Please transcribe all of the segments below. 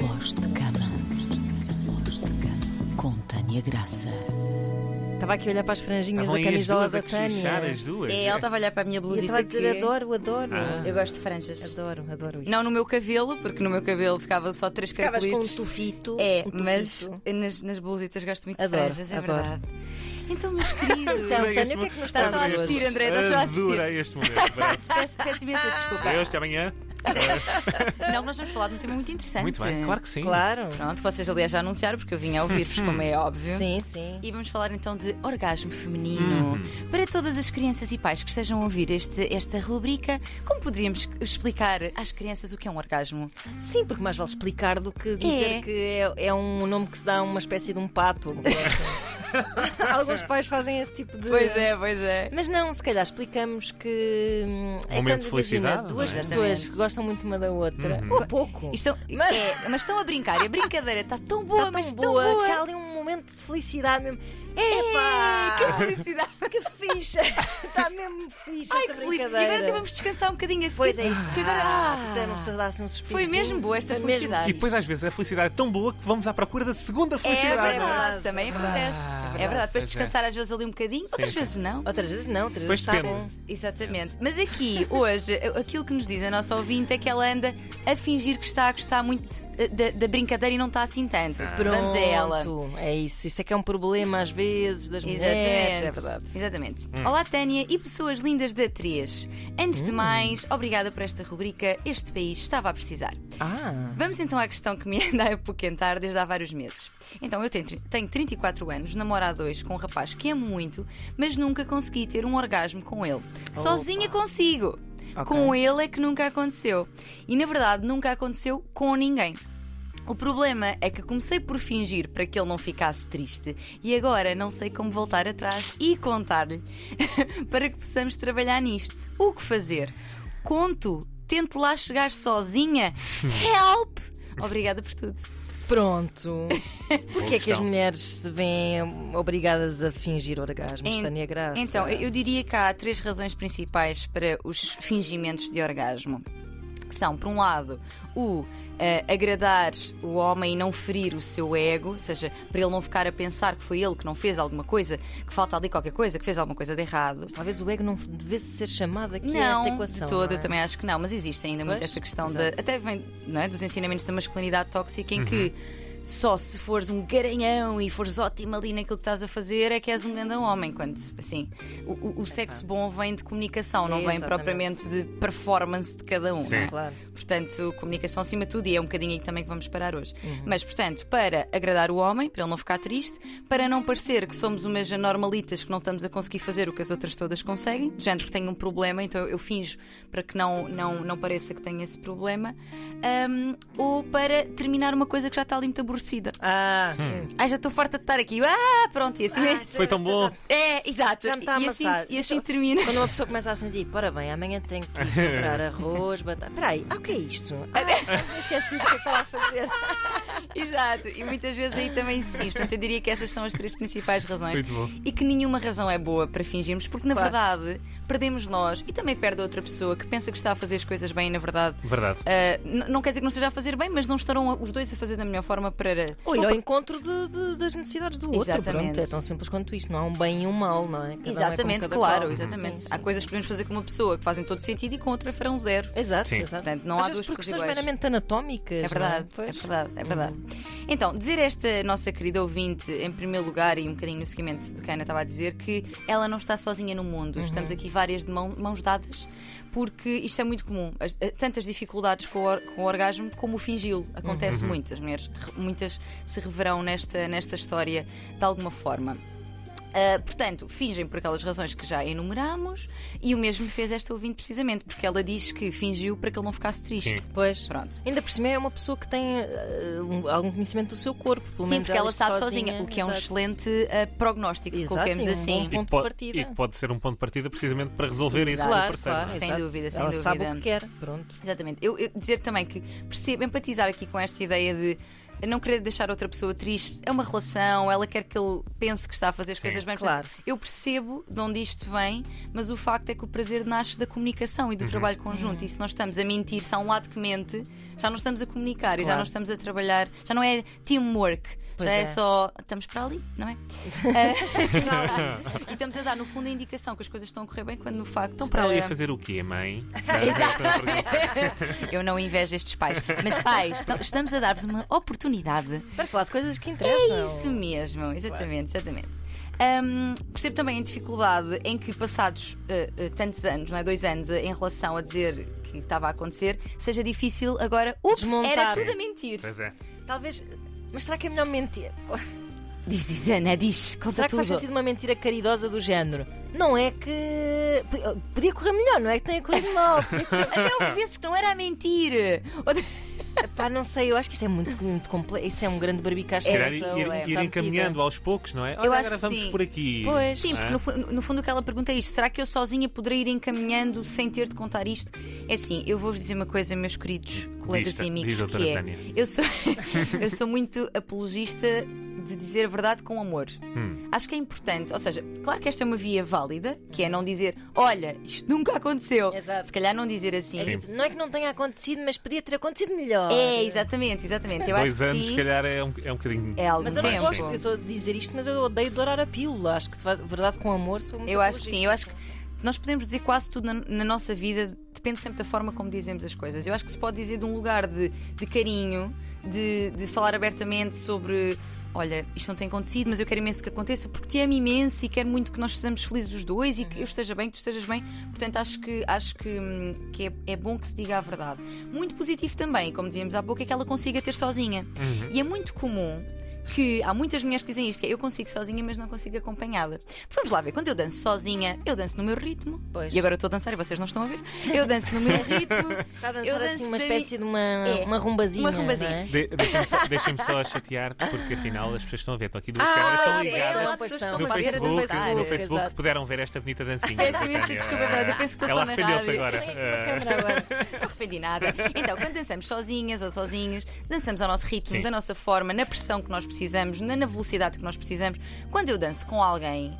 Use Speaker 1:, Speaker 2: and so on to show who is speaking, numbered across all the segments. Speaker 1: Voz de Cama. Voz de Cama. Com Tânia Graça.
Speaker 2: Estava aqui a olhar para as franjinhas
Speaker 3: Estavam
Speaker 2: da
Speaker 3: aí as
Speaker 2: camisola
Speaker 3: duas
Speaker 2: da
Speaker 3: a cochichar,
Speaker 2: Tânia.
Speaker 3: as duas.
Speaker 4: É, ela estava a olhar para a minha
Speaker 2: E eu
Speaker 4: blusita
Speaker 2: estava a dizer
Speaker 4: que-
Speaker 2: adoro, adoro.
Speaker 3: Ah.
Speaker 4: Eu gosto de franjas.
Speaker 2: Adoro, adoro isso.
Speaker 4: Não no meu cabelo, porque no meu cabelo ficava só três
Speaker 5: Ficavas com um
Speaker 4: caracolitos.
Speaker 5: tufito.
Speaker 4: É,
Speaker 5: um
Speaker 4: mas
Speaker 5: tufito.
Speaker 4: nas, nas blusitas gosto muito
Speaker 2: Adoro,
Speaker 4: de franjas, é
Speaker 2: adoro.
Speaker 4: verdade. Então, meus queridos,
Speaker 2: Então,
Speaker 4: peço,
Speaker 2: Tânia, o que é que nos
Speaker 4: Estás
Speaker 2: traz
Speaker 4: só a assistir,
Speaker 2: hoje?
Speaker 4: André, estás só a assistir.
Speaker 3: Adorei este momento. Bravo.
Speaker 4: peço imensa desculpa.
Speaker 3: Adeus, até amanhã.
Speaker 4: Não, nós vamos falar de um tema muito interessante.
Speaker 3: Muito bem, claro que sim.
Speaker 2: Claro.
Speaker 4: Pronto, vocês aliás já anunciaram, porque eu vim a ouvir-vos, como é óbvio.
Speaker 2: Sim, sim.
Speaker 4: E vamos falar então de orgasmo feminino.
Speaker 3: Uhum.
Speaker 4: Para todas as crianças e pais que estejam a ouvir este, esta rubrica, como poderíamos explicar às crianças o que é um orgasmo?
Speaker 2: Sim, porque mais vale explicar do que dizer
Speaker 4: É.
Speaker 2: que é, é um nome que se dá a uma espécie de um pato. ou uma coisa assim. Alguns pais fazem esse tipo de.
Speaker 4: pois é.
Speaker 2: Mas não, se calhar explicamos que hum, é
Speaker 3: Momento
Speaker 2: quando
Speaker 3: de
Speaker 2: imagina
Speaker 3: felicidade,
Speaker 2: duas
Speaker 3: não é? Uhum.
Speaker 2: pessoas
Speaker 4: Exatamente.
Speaker 2: que gostam muito uma da outra, ou pouco,
Speaker 4: Estão,
Speaker 2: Mas-
Speaker 4: é, mas estão a brincar, e a brincadeira está tão boa,
Speaker 2: está tão
Speaker 4: mas
Speaker 2: boa,
Speaker 4: Ah, tão
Speaker 2: que
Speaker 4: boa.
Speaker 2: há ali um momento de felicidade mesmo. Epá!
Speaker 4: Que felicidade!
Speaker 2: Que ficha! Está mesmo ficha
Speaker 4: Ai,
Speaker 2: esta
Speaker 4: que feliz! E
Speaker 2: brincadeira.
Speaker 4: agora até vamos descansar um bocadinho assim.
Speaker 2: Pois é isso.
Speaker 4: Que agora,
Speaker 2: Ah,
Speaker 4: ah,
Speaker 2: fizeram uma pessoa dar assim um suspiro.
Speaker 4: foi mesmo boa esta felicidade.
Speaker 3: E depois, às vezes, a felicidade é tão boa que vamos à procura da segunda
Speaker 4: é
Speaker 3: felicidade.
Speaker 4: verdade, também acontece. é verdade, depois
Speaker 3: Pois é.
Speaker 4: descansar às vezes ali um bocadinho, outras
Speaker 3: sim.
Speaker 4: vezes não.
Speaker 2: Outras vezes não, outras
Speaker 3: Depois
Speaker 2: vezes está bom.
Speaker 3: depende.
Speaker 4: Exatamente. Mas aqui, hoje, aquilo que nos diz a nossa ouvinte é que ela anda a fingir que está a gostar muito eh, da, da brincadeira e não está assim tanto. Vamos a ela.
Speaker 2: Pronto, É isso. Isso é que é um problema às vezes das mulheres.
Speaker 4: Exatamente.
Speaker 2: É verdade. Hum.
Speaker 4: Exatamente. Olá, Tânia e pessoas lindas da 3. Antes de mais, obrigada por esta rubrica. Este país estava a precisar.
Speaker 2: Ah,
Speaker 4: Vamos então à questão que me anda a apoquentar desde há vários meses. Então, eu tenho, tenho 34 anos, namoro há dois com um rapaz que amo muito, mas nunca consegui ter um orgasmo com ele. Sozinha consigo. Com ele é que nunca aconteceu. E na verdade, nunca aconteceu com ninguém. O problema é que comecei por fingir para que ele não ficasse triste e agora não sei como voltar atrás e contar-lhe para que possamos trabalhar nisto. O que fazer? Conto, tento lá chegar sozinha. Help! Obrigada por tudo.
Speaker 2: pronto. Porquê é que as
Speaker 3: questão.
Speaker 2: mulheres se veem obrigadas a fingir orgasmos,
Speaker 4: En-
Speaker 2: Tânia Graça?
Speaker 4: Então, eu eu diria que há três razões principais para os fingimentos de orgasmo. Que são, por um lado, o eh, agradar o homem e não ferir o seu ego, ou seja, para ele não ficar a pensar que foi ele que não fez alguma coisa, que falta ali qualquer coisa, que fez alguma coisa de errado.
Speaker 2: Talvez o ego não devesse ser chamado aqui a
Speaker 4: Não,
Speaker 2: esta equação.
Speaker 4: de todo,
Speaker 2: não é?
Speaker 4: eu também acho que não, mas existe ainda muito
Speaker 2: Pois,
Speaker 4: essa questão de,
Speaker 2: exato.
Speaker 4: até vem não é, dos ensinamentos da masculinidade tóxica em que só se fores um garanhão e fores ótimo ali naquilo que estás a fazer é que és um grande homem. Quando, assim, o, o- o sexo bom vem de comunicação, não vem
Speaker 2: É Exatamente.
Speaker 4: propriamente de performance de cada um. não é?
Speaker 2: Claro.
Speaker 4: Portanto, comunicação acima de tudo, e é um bocadinho aí também que vamos parar hoje.
Speaker 2: Uhum.
Speaker 4: Mas, portanto, para agradar o homem, para ele não ficar triste, para não parecer que somos umas normalitas que não estamos a conseguir fazer o que as outras todas conseguem, do género que tenho um problema, então eu finjo para que não, não, não pareça que tenho esse problema, Ahm, ou para terminar uma coisa que já está ali muito aborrecida.
Speaker 2: Ah,
Speaker 3: Hum.
Speaker 2: sim.
Speaker 4: Ah, já estou farta de estar aqui. Ah, pronto, e assim é.
Speaker 3: Foi tão bom.
Speaker 4: É, exato.
Speaker 2: Já me está a
Speaker 4: e, assim,
Speaker 2: amassar.
Speaker 4: e assim termina.
Speaker 2: Quando uma pessoa começa a sentir, ora bem, amanhã tenho que ir comprar arroz, batata. Espera aí, ah, o que é isto? Ah, já me tinha esquecido o que eu estava a fazer.
Speaker 4: Exato, e muitas vezes aí também se finge. Portanto, eu diria que essas são as três principais razões.
Speaker 3: Muito bom.
Speaker 4: E que nenhuma razão é boa para fingirmos, porque na
Speaker 2: Claro.
Speaker 4: verdade perdemos nós e também perde outra pessoa que pensa que está a fazer as coisas bem e na verdade.
Speaker 3: Verdade.
Speaker 4: ah, n- não quer dizer que não esteja a fazer bem, mas não estarão a- os dois a fazer da melhor forma para.
Speaker 2: Ou ir ao encontro de- de- das necessidades do outro.
Speaker 4: Exatamente.
Speaker 2: Pronto, é tão simples quanto isto. Não há um bem e um mal, não é? Cada um é como
Speaker 4: Exatamente,
Speaker 2: cada
Speaker 4: claro,
Speaker 2: qual.
Speaker 4: exatamente.
Speaker 2: Sim,
Speaker 4: Há
Speaker 2: sim,
Speaker 4: coisas
Speaker 2: sim.
Speaker 4: que podemos fazer com uma pessoa que fazem todo sentido e com outra farão zero.
Speaker 2: Exato,
Speaker 3: Sim.
Speaker 2: exato.
Speaker 4: Portanto, não há
Speaker 2: Às vezes
Speaker 4: duas
Speaker 2: por
Speaker 4: coisas
Speaker 2: questões
Speaker 4: iguais.
Speaker 2: meramente anatómicas.
Speaker 4: É verdade,
Speaker 2: não Hum.
Speaker 4: é verdade, é verdade. Então, dizer a esta nossa querida ouvinte, em primeiro lugar, e um bocadinho no seguimento do que a Ana estava a dizer, que ela não está sozinha no mundo. Estamos aqui várias de mão- mãos dadas, porque isto é muito comum. As- eh, tantas dificuldades com o, or- com o orgasmo como o fingi-lo. Acontece muito. As mulheres, re- muitas se reverão nesta, nesta história de alguma forma. Uh, portanto, fingem por aquelas razões que já enumerámos e o mesmo fez esta ouvinte precisamente, porque ela diz que fingiu para que ele não ficasse triste.
Speaker 3: Sim.
Speaker 2: Pois.
Speaker 4: Pronto.
Speaker 2: Ainda por cima é uma pessoa que tem eh, um- algum conhecimento do seu corpo, pelo
Speaker 4: Sim,
Speaker 2: menos
Speaker 4: porque ela
Speaker 2: diz
Speaker 4: sabe sozinha, o que é um
Speaker 2: exato.
Speaker 4: excelente eh, prognóstico,
Speaker 2: Exato,
Speaker 4: coloquemos
Speaker 2: e um
Speaker 4: assim.
Speaker 2: bom-
Speaker 3: e,
Speaker 2: ponto
Speaker 3: que
Speaker 2: de
Speaker 3: pode,
Speaker 2: partida.
Speaker 3: e que pode ser um ponto de partida precisamente para resolver isso
Speaker 4: Claro,
Speaker 2: Claro,
Speaker 3: com o parceiro.
Speaker 2: claro,
Speaker 3: não é?
Speaker 4: Sem
Speaker 2: exato.
Speaker 4: dúvida, sem
Speaker 2: ela sabe
Speaker 4: dúvida.
Speaker 2: o que quer, pronto.
Speaker 4: Exatamente. Eu, eu dizer também que percebo, empatizar aqui com esta ideia de não querer deixar outra pessoa triste, é uma relação, ela quer que ele pense que está a fazer as coisas bem.
Speaker 2: claro.
Speaker 4: Portanto, eu percebo de onde isto vem, mas
Speaker 2: Uhum.
Speaker 4: o facto é que o prazer nasce da comunicação e do trabalho conjunto. E se nós estamos a mentir, se há um lado que mente, já não estamos a comunicar e já
Speaker 2: Claro.
Speaker 4: não estamos a trabalhar, já não é teamwork,
Speaker 2: Pois
Speaker 4: já é.
Speaker 2: é.
Speaker 4: só estamos para ali, não é? Eh, e estamos a dar, no fundo, a indicação que as coisas estão a correr bem quando no facto.
Speaker 3: Estão Então, para ali a
Speaker 4: eh,
Speaker 3: fazer o quê, mãe? Exato.
Speaker 4: Eu não invejo estes pais. Mas, pais, então, estamos a dar-vos uma oportunidade.
Speaker 2: Para falar de coisas que interessam.
Speaker 4: É isso mesmo, exatamente, exatamente. Hum, percebo também a dificuldade em que, passados eh, eh, tantos anos, não é? Dois anos, eh, em relação a dizer que estava a acontecer, seja difícil agora. Ups,
Speaker 2: Desmontar.
Speaker 4: era tudo a mentir.
Speaker 3: Pois é.
Speaker 2: Talvez. Mas será que é melhor mentir?
Speaker 4: Diz, diz, Ana, diz, conta
Speaker 2: Será que
Speaker 4: tudo.
Speaker 2: faz sentido uma mentira caridosa do género? Não é que. eh, Podia correr melhor, não é que tenha corrido mal. Podia correr-
Speaker 4: Até houve vezes que não era a mentir.
Speaker 2: Pá, não sei, eu acho que isso é muito, muito complexo. Isso é um grande barbicacho.
Speaker 3: Se
Speaker 4: É,
Speaker 3: calhar
Speaker 4: isso
Speaker 3: ir,
Speaker 4: é,
Speaker 3: ir
Speaker 2: está
Speaker 3: encaminhando
Speaker 2: metida.
Speaker 3: aos poucos, não é? Olha, agora
Speaker 4: acho que
Speaker 3: vamos
Speaker 4: sim.
Speaker 3: por aqui.
Speaker 2: Pois.
Speaker 4: Sim,
Speaker 3: não
Speaker 4: porque
Speaker 3: é?
Speaker 4: no, fu- no fundo o que ela pergunta é isto: será que eu sozinha poderei ir encaminhando sem ter de contar isto? É assim, eu vou-vos dizer uma coisa, meus queridos colegas
Speaker 3: Diz,
Speaker 4: e amigos,
Speaker 3: diz, doutora
Speaker 4: que é.
Speaker 3: Tânia.
Speaker 4: Eu sou, eu sou muito apologista de dizer a verdade com amor.
Speaker 3: Hum.
Speaker 4: Acho que é importante, ou seja, claro que esta é uma via válida, que é não dizer, olha, isto nunca aconteceu.
Speaker 2: Exato.
Speaker 4: Se calhar não dizer assim.
Speaker 2: É tipo, não é que não tenha acontecido, mas podia ter acontecido melhor.
Speaker 4: É, exatamente, exatamente. Eu acho
Speaker 3: Dois
Speaker 4: que
Speaker 3: anos,
Speaker 4: sim.
Speaker 3: se calhar, é um, é um bocadinho.
Speaker 4: É algo
Speaker 2: Mas
Speaker 4: Não
Speaker 2: eu não
Speaker 4: tem,
Speaker 2: gosto,
Speaker 4: sim.
Speaker 2: eu estou a dizer isto, mas eu odeio dourar a pílula. Acho que faz verdade com amor. Sou muito
Speaker 4: Eu acho que sim, eu acho
Speaker 2: apologista.
Speaker 4: que nós podemos dizer quase tudo na, na nossa vida, depende sempre da forma como dizemos as coisas. Eu acho que se pode dizer de um lugar de, de carinho, de, de falar abertamente sobre. Olha, isto não tem acontecido, mas eu quero imenso que aconteça porque te amo imenso e quero muito que nós sejamos felizes os dois e que eu
Speaker 2: Uhum.
Speaker 4: esteja bem, que tu estejas bem. Portanto, acho que, acho que, hum, que é, é bom que se diga a verdade. Muito positivo também, como dizíamos há pouco, é que ela consiga ter sozinha.
Speaker 2: Uhum.
Speaker 4: E é muito comum que há muitas mulheres que dizem isto, que é eu consigo sozinha, mas não consigo acompanhada. Vamos lá ver, quando eu danço sozinha, eu danço no meu ritmo.
Speaker 2: Pois.
Speaker 4: E agora eu estou a dançar e vocês não estão a ver. Eu danço no meu ritmo.
Speaker 2: Está a
Speaker 4: eu
Speaker 2: dançar
Speaker 4: danço
Speaker 2: assim uma
Speaker 4: da
Speaker 2: espécie
Speaker 4: mi-
Speaker 2: de uma, uma rumbazinha.
Speaker 4: Uma rumbazinha.
Speaker 2: não é?
Speaker 3: De- Deixem-me só, deixem-me só a chatear, porque afinal as pessoas estão a ver. Estão aqui duas caras
Speaker 4: Ah,
Speaker 3: estão
Speaker 4: sim,
Speaker 2: ligadas
Speaker 4: estão lá
Speaker 2: pois
Speaker 4: pessoas que
Speaker 2: estão.
Speaker 4: estão
Speaker 3: no
Speaker 4: a ver a
Speaker 3: Facebook,
Speaker 4: dançar.
Speaker 3: no Facebook
Speaker 2: Exato.
Speaker 3: puderam ver esta bonita dancinha.
Speaker 4: Peço imensa
Speaker 3: Tânia.
Speaker 4: desculpa, Bárbara, eu penso que estou
Speaker 3: Ela
Speaker 4: só na
Speaker 3: arrependeu-se
Speaker 4: rádio.
Speaker 3: agora. Ah,
Speaker 2: Tenho uma câmera agora.
Speaker 4: Não arrependi nada. Então, quando dançamos sozinhas ou sozinhos, dançamos ao nosso ritmo,
Speaker 3: Sim.
Speaker 4: da nossa forma, na pressão que nós precisamos, na, na velocidade que nós precisamos. Quando eu danço com alguém,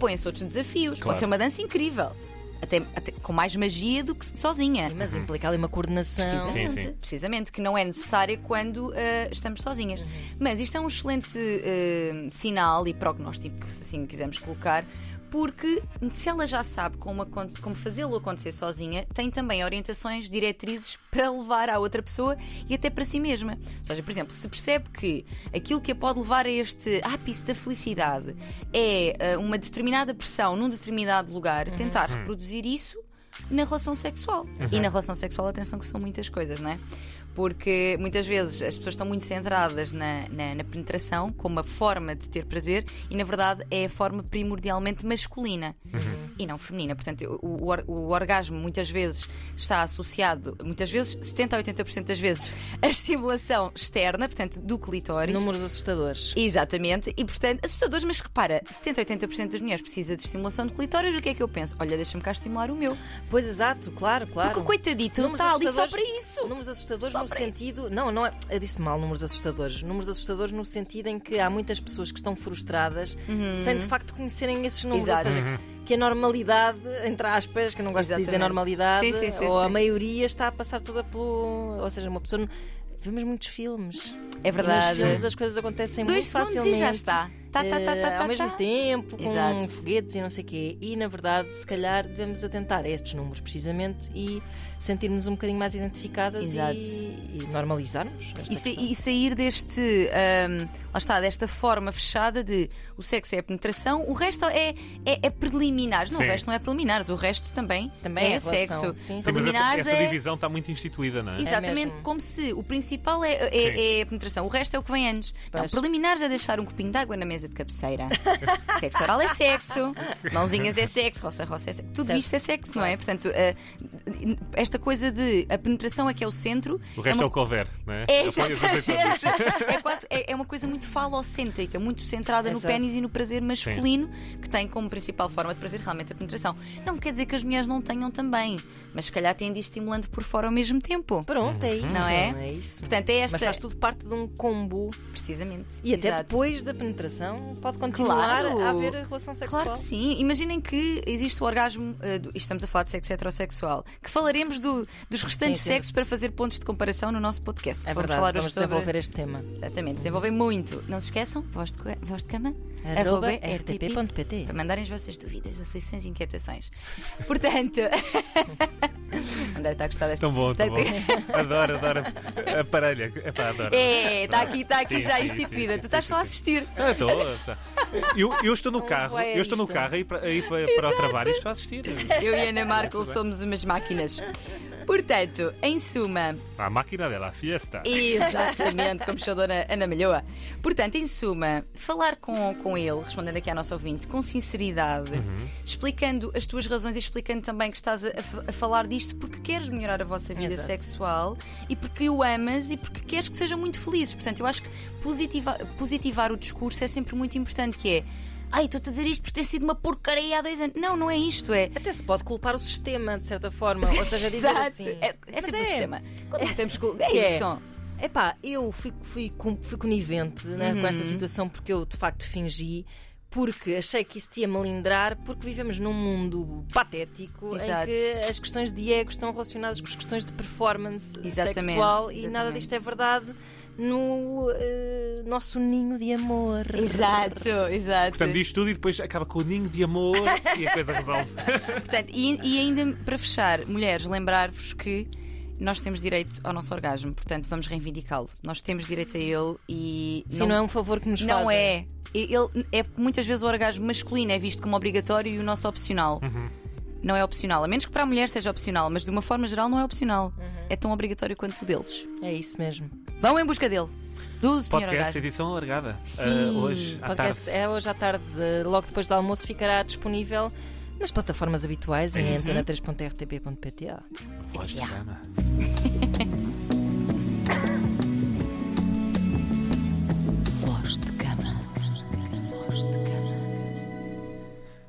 Speaker 4: põem-se outros desafios.
Speaker 3: Claro.
Speaker 4: Pode ser uma dança incrível. Até, até com mais magia do que sozinha.
Speaker 2: Sim, mas implica ali uma coordenação.
Speaker 4: Precisamente,
Speaker 3: Sim, sim.
Speaker 4: precisamente, que não é necessária quando ah, estamos sozinhas.
Speaker 3: Uhum.
Speaker 4: Mas isto é um excelente ah, sinal e prognóstico, se assim quisermos colocar, porque se ela já sabe como, acon- como fazê-lo acontecer sozinha, tem também orientações, diretrizes para levar à outra pessoa e até para si mesma. Ou seja, por exemplo, se percebe que aquilo que a pode levar a este ápice da felicidade é ah, uma determinada pressão num determinado lugar,
Speaker 3: Uhum. Hum.
Speaker 4: tentar reproduzir isso na relação sexual. E na relação sexual, atenção que são muitas coisas, não é? Porque muitas vezes as pessoas estão muito centradas na, na- na penetração como a forma de ter prazer e, na verdade, é a forma primordialmente masculina e não feminina. Portanto, o, o or- o orgasmo muitas vezes está associado, muitas vezes, 70% a 80% das vezes, à estimulação externa, portanto, do clitóris.
Speaker 2: Números assustadores.
Speaker 4: Exatamente, e portanto, assustadores, mas repara, 70% a 80% das mulheres precisa de estimulação de clitóris, o que é que eu penso? Olha, deixa-me cá estimular o meu.
Speaker 2: Pois exato, claro, claro.
Speaker 4: Porque o coitadito
Speaker 2: Números
Speaker 4: está ali só
Speaker 2: assustadores-
Speaker 4: para isso.
Speaker 2: Números assustadores
Speaker 4: Só
Speaker 2: no
Speaker 4: para
Speaker 2: sentido. Não, não é. Eu disse mal números assustadores. Números assustadores no sentido em que há muitas pessoas que estão frustradas sem de facto conhecerem esses números.
Speaker 4: Uhum. Exato.
Speaker 2: Ou seja, que a normalidade, entre aspas, que eu não gosto de dizer
Speaker 4: Exatamente.
Speaker 2: normalidade,
Speaker 4: Sim, sim, sim,
Speaker 2: ou a
Speaker 4: sim.
Speaker 2: maioria está a passar toda pelo. Ou seja, uma pessoa. não- Vemos muitos filmes.
Speaker 4: É
Speaker 2: E nos
Speaker 4: verdade.
Speaker 2: filmes as coisas acontecem
Speaker 4: Dois
Speaker 2: muito
Speaker 4: segundos
Speaker 2: facilmente.
Speaker 4: e já está. Tá, tá, tá,
Speaker 2: eh,
Speaker 4: tá, tá,
Speaker 2: ao mesmo
Speaker 4: tá.
Speaker 2: tempo, com
Speaker 4: Exato.
Speaker 2: foguetes e não sei o quê. E na verdade, se calhar, devemos atentar a estes números precisamente e sentirmos um bocadinho mais identificadas
Speaker 4: Exato.
Speaker 2: E, e normalizarmos. esta
Speaker 4: E, sa-
Speaker 2: questão.
Speaker 4: e sair deste. ahm, lá está, desta forma fechada de o sexo é a penetração, o resto é, é, é preliminares. Não,
Speaker 3: Sim.
Speaker 4: o resto não é preliminares, o resto também,
Speaker 2: Também é relação.
Speaker 4: sexo.
Speaker 2: Sim, sim.
Speaker 3: Sim, mas essa,
Speaker 4: Preliminares
Speaker 3: essa
Speaker 4: é.
Speaker 3: divisão está muito instituída, não é?
Speaker 4: Exatamente,
Speaker 2: mesmo.
Speaker 4: como se o principal é, é, é a penetração, o resto é o que vem antes. Não,
Speaker 2: Pois.
Speaker 4: preliminares é deixar um copinho de água na mesa de cabeceira. sexo oral é sexo, mãozinhas é sexo, roça, roça é sexo. Tudo
Speaker 2: Certo.
Speaker 4: isto é sexo, não é? Portanto, eh, esta coisa de a penetração é que é o centro.
Speaker 3: O resto é,
Speaker 4: uma-
Speaker 3: o que houver, não é?
Speaker 4: É,
Speaker 3: Eu ponho as
Speaker 4: exatamente.
Speaker 3: azeitonas.
Speaker 4: é, quase, é, é uma coisa muito falocêntrica, muito centrada no
Speaker 2: Exato.
Speaker 4: pênis e no prazer masculino, que tem como principal forma de prazer realmente a penetração. Não quer dizer que as mulheres não tenham também, mas se calhar têm de ir estimulando por fora ao mesmo tempo.
Speaker 2: Pronto, é isso.
Speaker 4: Não é?
Speaker 2: isso.
Speaker 4: Portanto, é esta.
Speaker 2: Mas faz tudo parte de um combo
Speaker 4: Precisamente.
Speaker 2: e até
Speaker 4: Exato.
Speaker 2: depois da penetração. relação pode continuar
Speaker 4: Claro.
Speaker 2: a haver relação sexual.
Speaker 4: Claro que sim. Imaginem que existe o orgasmo, eh, do- e estamos a falar de sexo heterossexual, que falaremos do- dos restantes
Speaker 2: Sim, sim.
Speaker 4: sexos para fazer pontos de comparação no nosso podcast.
Speaker 2: É
Speaker 4: vamos
Speaker 2: verdade,
Speaker 4: falar
Speaker 2: vamos
Speaker 4: hoje sobre...
Speaker 2: desenvolver este tema.
Speaker 4: Exatamente, desenvolvem muito. Não se esqueçam, voz de, co- voz de cama,
Speaker 2: Arroba
Speaker 4: arroba
Speaker 2: rtp.pt.
Speaker 4: rtp, para mandarem as vossas dúvidas, aflições e inquietações. Portanto, André está a gostar desta
Speaker 3: Tão bom, tão bom.
Speaker 4: desta-
Speaker 3: Adoro, adoro. A parelha. Epá, adoro.
Speaker 4: É, está aqui, está aqui
Speaker 3: Sim,
Speaker 4: já
Speaker 3: sim,
Speaker 4: instituída.
Speaker 3: sim, sim,
Speaker 4: tu estás
Speaker 3: sim,
Speaker 4: só a
Speaker 3: sim.
Speaker 4: assistir.
Speaker 3: Ah, estou, tá. eu, eu estou no
Speaker 2: Um
Speaker 3: carro,
Speaker 4: é
Speaker 3: eu estou no
Speaker 2: voyeurista.
Speaker 3: carro aí para, aí para, para o trabalho e estou a assistir.
Speaker 4: Eu e Ana Markel somos umas máquinas. Portanto, em suma,
Speaker 3: A máquina dela, a fiesta.
Speaker 4: Exatamente, como chamou a Dona Ana Malhoa. Portanto, em suma, falar com, com ele, respondendo aqui à nossa ouvinte, com sinceridade, explicando as tuas razões e explicando também que estás a, a falar disto porque queres melhorar a vossa vida
Speaker 2: Exato.
Speaker 4: sexual e porque o amas e porque queres que sejam muito felizes. Portanto, eu acho que positiva, positivar o discurso é sempre muito importante, que é. Ai, estou-te a dizer isto por ter sido uma porcaria há dois anos. Não, não é isto, é.
Speaker 2: Até se pode culpar o sistema, de certa forma. Ou seja, dizer
Speaker 4: Exato.
Speaker 2: assim.
Speaker 4: É, é
Speaker 2: "Mas
Speaker 4: sempre o sistema. Quando não temos. cu-
Speaker 2: Que
Speaker 4: É
Speaker 2: é-
Speaker 4: isso. ó.
Speaker 2: Epá, eu fui, fui, con- fui conivente né, com
Speaker 4: Uhum.
Speaker 2: esta situação porque eu de facto fingi. Porque achei que isto ia melindrar, porque vivemos num mundo patético
Speaker 4: Exato.
Speaker 2: em que as questões de ego estão relacionadas com as questões de performance
Speaker 4: Exatamente,
Speaker 2: sexual e nada
Speaker 4: exatamente.
Speaker 2: disto é verdade no eh, nosso ninho de amor.
Speaker 4: Exato, exato.
Speaker 3: Portanto, diz tudo e depois acaba com o ninho de amor e a coisa resolve.
Speaker 4: Portanto, e, e ainda para fechar, mulheres, lembrar-vos que nós temos direito ao nosso orgasmo, portanto vamos reivindicá-lo. Nós temos direito a ele e
Speaker 2: Sim, não, é um favor que nos
Speaker 4: não
Speaker 2: fazem.
Speaker 4: é. Ele é porque muitas vezes o orgasmo masculino é visto como obrigatório e o nosso opcional.
Speaker 3: Uhum.
Speaker 4: Não é opcional, a menos que para a mulher seja opcional, mas de uma forma geral não é opcional.
Speaker 2: Uhum.
Speaker 4: É tão obrigatório quanto o deles.
Speaker 2: É isso mesmo.
Speaker 4: Vão em busca dele. Do senhor
Speaker 3: Podcast,
Speaker 4: orgasmo.
Speaker 3: edição alargada.
Speaker 4: Sim,
Speaker 3: Ah, hoje, à tarde.
Speaker 2: podcast é hoje à tarde, eh, logo depois do almoço, ficará disponível nas
Speaker 3: Uhum.
Speaker 2: plataformas habituais em antena3.rtp.pt.
Speaker 3: Voz de cama.